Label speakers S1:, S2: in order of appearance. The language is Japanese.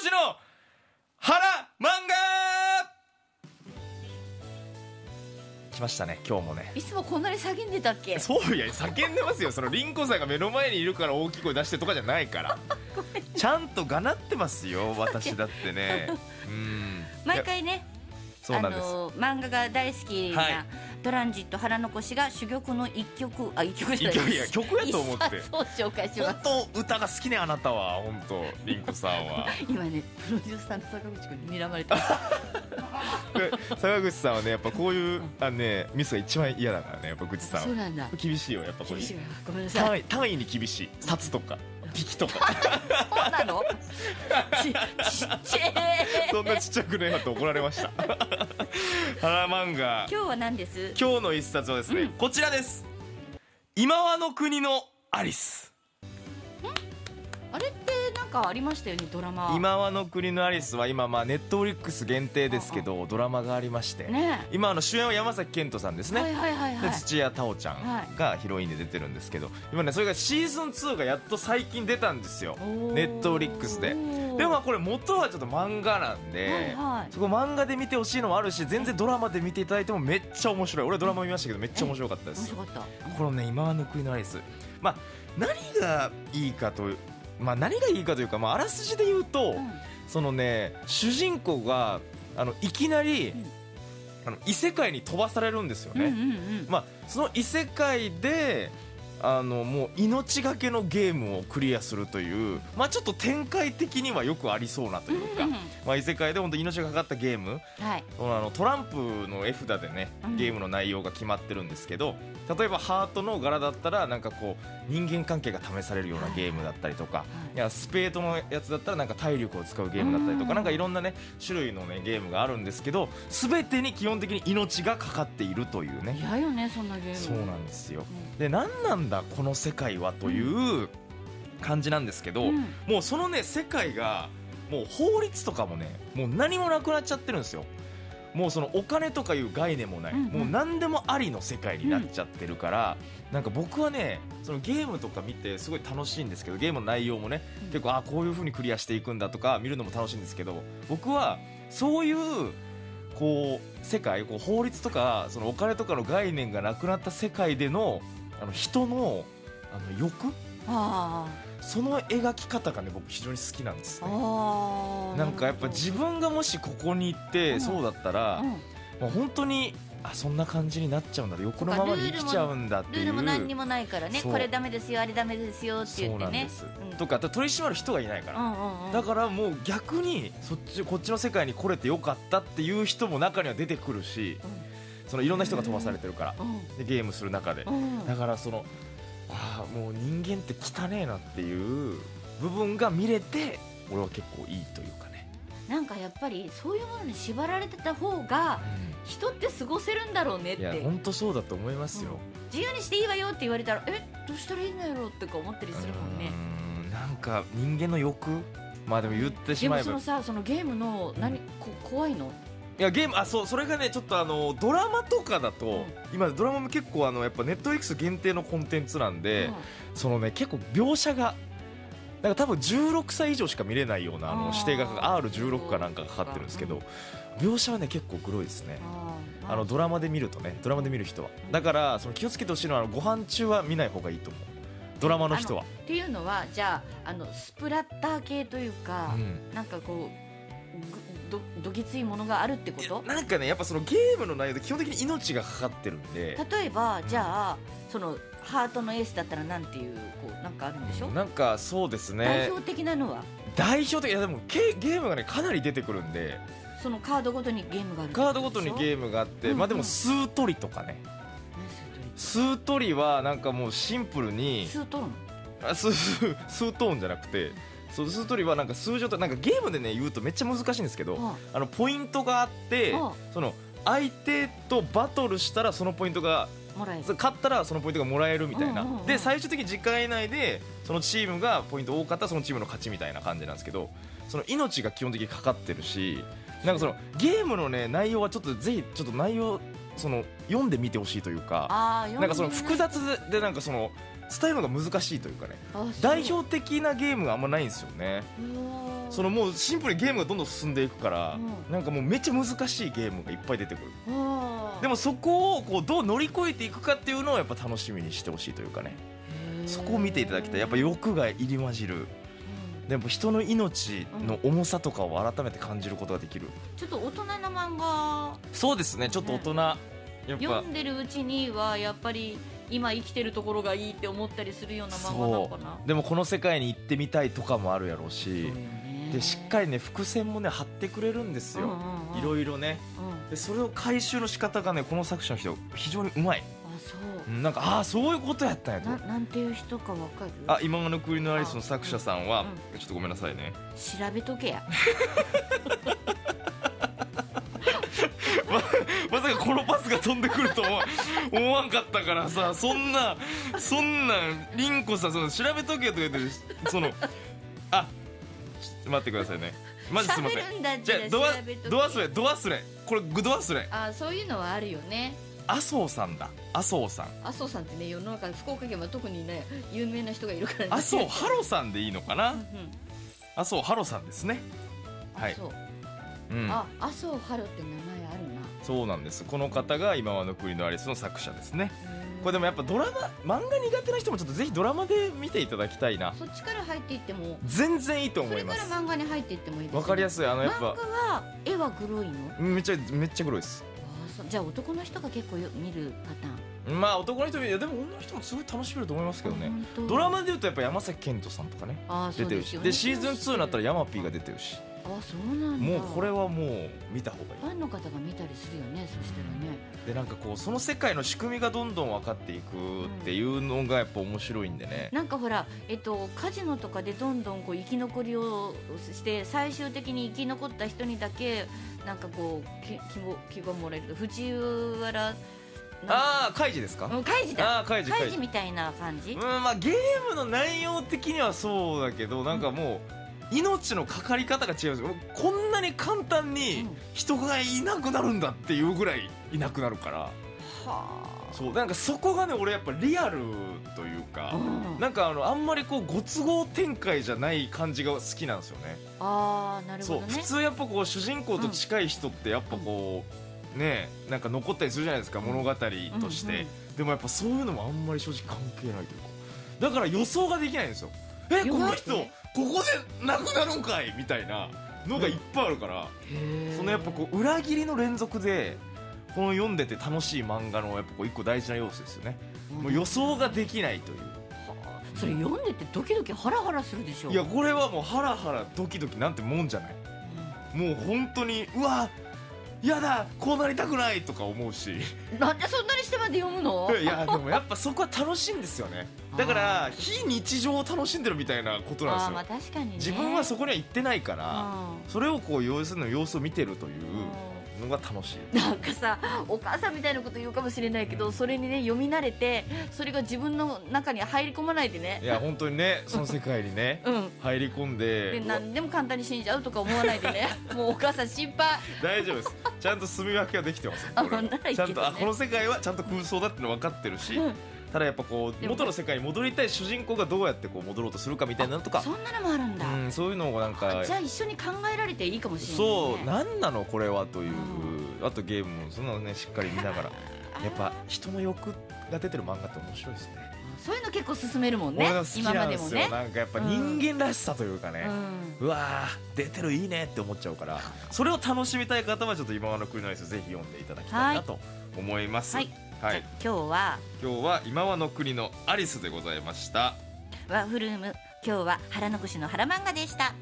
S1: しの原漫画来ましたね今日もね
S2: いつもこんなに叫んでたっけ
S1: そういや叫んでますよそのリンコさんが目の前にいるから大きい声出してとかじゃないから ちゃんとがなってますよ私だってね うん
S2: 毎
S1: いや
S2: 回ね
S1: そうなんです、
S2: あの漫画が大好きな、
S1: はい
S2: トランジット腹残しが珠玉の一曲あ一曲じゃない
S1: 一曲いや曲やと思って
S2: 一冊を紹介します
S1: 本当歌が好きねあなたは本当リンコさんは
S2: 今ねプロデューサーの坂口君に睨まれてます
S1: 坂口さんはねやっぱこういうあのねミスが一番嫌だからねやっぱ口さん
S2: そう
S1: は
S2: なんだ
S1: 厳しいよやっぱこれ
S2: 厳しいわごめんなさい
S1: 単位単位に厳しい札とか引きとか
S2: そうなのちちっちゃい
S1: そんなちっちゃくねえなって怒られま した原漫画
S2: 今日は何です
S1: 今日の一冊はですね、こちらです今和の国のアリス
S2: あれってなんかありましたよねドラマ
S1: 今和の国のアリスは今まあネットフリックス限定ですけどドラマがありまして、
S2: ね
S1: 今あの主演は山崎賢人さんですね、
S2: はいはいはいは
S1: で
S2: い
S1: 土屋太鳳ちゃんがヒロインで出てるんですけど、今ねそれがシーズン2がやっと最近出たんですよネットフリックスででもまあこれ元はちょっと漫画なんで、
S2: はいはい
S1: そこ漫画で見てほしいのもあるし全然ドラマで見ていただいてもめっちゃ面白い俺ドラマ見ましたけどめっちゃ面白かったで
S2: 面
S1: す
S2: 白かった
S1: このね今はの国のアリスまあ何がいいかというまあ何がいいかというか、まあ、あらすじで言うと、
S2: うん
S1: そのね主人公があのいきなり、
S2: ん
S1: あの異世界に飛ばされるんですよね、
S2: うんうんうん
S1: まあ、その異世界であのもう命がけのゲームをクリアするという、まあ、ちょっと展開的にはよくありそうなというか、
S2: うん
S1: まあ、異世界で本当に命がかかったゲーム
S2: はい
S1: そのあのトランプの絵札でね
S2: うん
S1: ゲームの内容が決まってるんですけど例えばハートの柄だったらなんかこう人間関係が試されるようなゲームだったりとか。いやスペードのやつだったらなんか体力を使うゲームだったりと
S2: う
S1: か
S2: ん
S1: なんかいろんなね種類のねゲームがあるんですけど全てに基本的に命がかかっているというね
S2: 嫌よねそんなゲーム
S1: そうなんですよで何なんだこの世界はという感じなんですけど、
S2: うん
S1: もうそのね世界がもう法律とかもねもう何もなくなっちゃってるんですよもうそのお金とかいう概念もない、
S2: うんうん
S1: もう何でもありの世界になっちゃってるから、なんか僕はねそのゲームとか見てすごい楽しいんですけどゲームの内容もね
S2: うん
S1: 結構あこういう風にクリアしていくんだとか見るのも楽しいんですけど僕はそういうこう世界こう法律とかそのお金とかの概念がなくなった世界でのあの人のあの欲
S2: あ
S1: その描き方がね僕非常に好きなんです
S2: ー
S1: ね。
S2: あー
S1: なんかやっぱ
S2: なるほど
S1: 自分がもしここに行って
S2: うん
S1: そうだったら、もう本当にあそんな感じになっちゃうんだ横のままに生きちゃうんだっ
S2: うん
S1: てい
S2: ル
S1: う
S2: ールも何にもないからね
S1: そう
S2: これダメですよあれダメですよって
S1: そ
S2: 言
S1: う
S2: っ
S1: な
S2: て
S1: んで
S2: ね
S1: す、
S2: うん
S1: とかあと取り締まる人がいないか
S2: う
S1: ら、
S2: んうんうん
S1: だからもう逆にそっちこっちの世界に来れてよかったっていう人も中には出てくるしそのいろんな人が飛ばされてるから、
S2: う
S1: でゲームする中で、
S2: んうんうん
S1: だからそのああもう人間って汚ねえなっていう部分が見れて俺は結構いいというかね、
S2: なんかやっぱりそういうものに縛られてた方が人って過ごせるんだろうねっ
S1: いや
S2: て
S1: 本当そうだと思いますよ、
S2: 自由にしていいわよって言われたらえどうしたらいいのやろうとか思ったりするもんね
S1: うーんなんか人間の欲まあでも言ってし
S2: で
S1: ま
S2: も
S1: え
S2: そ
S1: ば
S2: の
S1: い
S2: さそのゲームの何こ怖いの
S1: やゲームあそうそれがねちょっとあのドラマとかだと、
S2: うん
S1: 今ドラマも結構あのやっぱネットフリックス限定のコンテンツなんで、
S2: うん
S1: そのね結構描写がなんか多分16歳以上しか見れないようなあの
S2: あー
S1: 指定が R16 かなんかがかかってるんですけど、描写はね結構グロいですね。
S2: あーま
S1: あのドラマで見るとねドラマで見る人はだからその気をつけてほしいのはあのご飯中は見ない方がいいと思うドラマの人は
S2: っていうのはじゃああのスプラッター系というか、
S1: うん
S2: なんかこうぐどどぎついものがあるってこと
S1: なんかねやっぱそのゲームの内容で基本的に命がかかってるんで
S2: 例えばじゃあそのハートのエースだったらなんていうこうなんかあるんでしょ、
S1: なんかそうですね
S2: 代表的なのは
S1: 代表的いやでもゲゲームがねかなり出てくるんで
S2: そのカードごとにゲームがある
S1: カードごとに
S2: ム
S1: ゲームがあって、
S2: うんうん
S1: まあでも数取りとかね数取りはなんかもうシンプルに
S2: 数取るの
S1: あ数数数トーンじゃなくてそう数取りはなんか数字となんかゲームでね言うとめっちゃ難しいんですけど
S2: あ
S1: あのポイントがあって
S2: あ
S1: その相手とバトルしたらそのポイントが
S2: あもらえる
S1: そう勝ったらそのポイントがもらえるみたいな、
S2: うんうんうん
S1: で最終的に時間以内でそのチームがポイント多かったらそのチームの勝ちみたいな感じなんですけどその命が基本的にかかってるしなんかそのゲームの、ね、内容はちょっとぜひちょっと内容その読んでみてほしいというか
S2: あー
S1: なんかその複
S2: 読
S1: 雑でなんかその伝えるのが難しいというかね
S2: んでないあそう
S1: 代表的なゲームがあんまないんですよね。
S2: うわー
S1: そのもうシンプルにゲームがどんどん進んでいくから、
S2: うん
S1: なんかもうめっちゃ難しいゲームがいっぱい出てくる
S2: あー
S1: でもそこをこうどう乗り越えていくかっていうのをやっぱ楽しみにしてほしいというかね
S2: へー
S1: そこを見ていただきたいやっぱ欲が入り混じるでも人の命の重さとかを改めて感じることができる
S2: ちょっと大人な漫画
S1: そうですねちょっと大人やっぱ
S2: 読んでるうちにはやっぱり今生きてるところがいいって思ったりするような漫画なのかな
S1: でもこの世界に行ってみたいとかもあるやろう
S2: そう
S1: し
S2: よね
S1: でしっかりね伏線もね張ってくれるんです
S2: うんう
S1: よ
S2: んうん
S1: いろいろね
S2: うん
S1: でそれを回収の仕方がねこの作者の人非常にうまい
S2: あそう
S1: うんなんかああーそういうことやったんやと
S2: ななんていう人かわかる
S1: あ今の国のアリスの作者さんは
S2: うん
S1: ちょっとごめんなさいね
S2: 調べとけや
S1: まさかこのパスが飛んでくると思わ 思わんかったからさそんなそんなん凛子さんその調べとけとか言ってるそのあち待ってくださいねマジすいません
S2: 喋るんだっ
S1: じゃ
S2: たら
S1: あドア
S2: 調べとけ
S1: ドアスレドアスレこれグドアスレ
S2: あそういうのはあるよね
S1: 麻生さんだ麻生さん
S2: 麻生さんってね世の中福岡県は特にね有名な人がいるからね
S1: 麻生ハロさんでいいのかな
S2: うんうん
S1: 麻生ハロさんですねは
S2: あ
S1: い
S2: そう
S1: うん
S2: あ麻生ハロって名前あるな
S1: そうなんですこの方が今はの国のアリスの作者ですねこれで
S2: も
S1: もやっぱドラマ漫画苦手な人もちょっとぜひドラマで見ていただきたいな
S2: そっちから入っていっても
S1: 全然いいと
S2: そ
S1: 思い
S2: れ
S1: ま
S2: から
S1: す
S2: 漫画に入っていってもいいです
S1: わかりや
S2: す
S1: すいあのやっ
S2: 漫画
S1: ぱ
S2: は絵はグロいの
S1: めっちゃめっちゃ黒いです
S2: あそうじゃあ男の人が結構よ見るパターン
S1: まあ男の人もいやでも女の人もすごい楽しめると思いますけどね
S2: 本当
S1: ドラマでいうとやっぱ山崎賢人さんとかね
S2: あーそ
S1: 出
S2: う
S1: てる
S2: です
S1: し
S2: よね
S1: でシーズン2になったらヤマピーが出てるし
S2: あそうなんだ
S1: もうこれはもう見た方がい
S2: ファンの方が見たりするよねそしたらね
S1: いでなんかこうその世界の仕組みがどんどん分かっていくっていうのがやっぱ面白いんでね
S2: なんかほら、えっと、カジノとかでどんどんこう生き残りをして最終的に生き残った人にだけなんかこうき希望希望もらえる藤原
S1: ああカイジですか
S2: あカイジ
S1: あ
S2: だ
S1: あカイジ
S2: カ
S1: カ
S2: イ
S1: イ
S2: ジ
S1: ジ
S2: みたいな感じ、
S1: うんまあゲームの内容的にはそうだけどなんかもう命のかかり方が違うんですよこんなに簡単に
S2: うん
S1: 人がいなくなるんだっていうぐらいいなくなるから
S2: は
S1: そうなんかそこがね俺やっぱリアルというか
S2: あ、うん
S1: なんかあのあんまりこうご都合展開じゃない感じが好きなんですよね
S2: あーなる
S1: そ
S2: ほ
S1: う
S2: ど
S1: 普
S2: ね
S1: 通やっぱこう主人公と近い人ってやっぱこうねえなんか残ったりするじゃないですか物語として、
S2: うんうん
S1: でもやっぱそういうのもあんまり正直関係ないというかだから予想ができないんですよえこ
S2: 弱い
S1: の人ここで亡くなるんかいみたいなのがいっぱいあるから、
S2: へー
S1: そのやっぱこう裏切りの連続でこの読んでて楽しい漫画のやっぱこう一個大事な要素ですよねもう予想ができないという
S2: はあそれ読んでてドキドキハラハラするでしょ
S1: いやこれはもうハラハラドキドキなんてもんじゃないもう本当にうわやだこうなりたくないとか思うし
S2: うんなんでそんなにしてまで読むの
S1: いやでもやっぱそこは楽しいんですよねだから非日常を楽しんでるみたいなこと
S2: あ
S1: な
S2: ー
S1: ん
S2: まあ
S1: ですよ
S2: 確かにね
S1: 自分はそこには行ってないか
S2: う
S1: ら
S2: ん
S1: それをこう要するの様子を見てるという
S2: うん
S1: のが楽しい
S2: なんかさお母さんみたいなこと言うかもしれないけど、それにね読み慣れてそれが自分の中に入り込まないでね
S1: いや本当にねその世界にね
S2: うん
S1: 入り込ん
S2: で
S1: でうわ
S2: 何でも簡単に死んじゃうとか思わない でねもうお母さん心配
S1: 大丈夫ですちゃんと住み分けはできてます
S2: あ
S1: これは
S2: ならいいけ
S1: ちゃ
S2: どね
S1: んとあこの世界はちゃんと空想だっての分かってるし
S2: うん
S1: ただやっぱこう
S2: でも
S1: 元の世界に戻りたい主人公がどうやってこう戻ろうとするかみたいなのとか
S2: そんなのもあるんだ、
S1: うん、そういうのをなんか
S2: あじゃあ一緒に考えられていいかもしれない、ね、
S1: そう何なのこれはという
S2: う
S1: あとゲームもそんなのねしっかり見ながら
S2: あー
S1: やっぱ人の欲が出てる漫画って面白いですね
S2: そういうの結構進めるもんね
S1: 俺が好き
S2: 今ま
S1: なん
S2: で
S1: で
S2: も
S1: すよ
S2: ね
S1: なんかやっぱ人間らしさというか
S2: う
S1: ね
S2: ん
S1: うわー出てるいいねって思っちゃうからそれを楽しみたい方はちょっと今和の国のアイスぜひ読んでいただきたいなと思います
S2: はい
S1: は
S2: じゃあ
S1: い
S2: 今日は
S1: 今日は今和の国のアリスでございました
S2: ワッフルーム今日は腹残しの腹漫画でした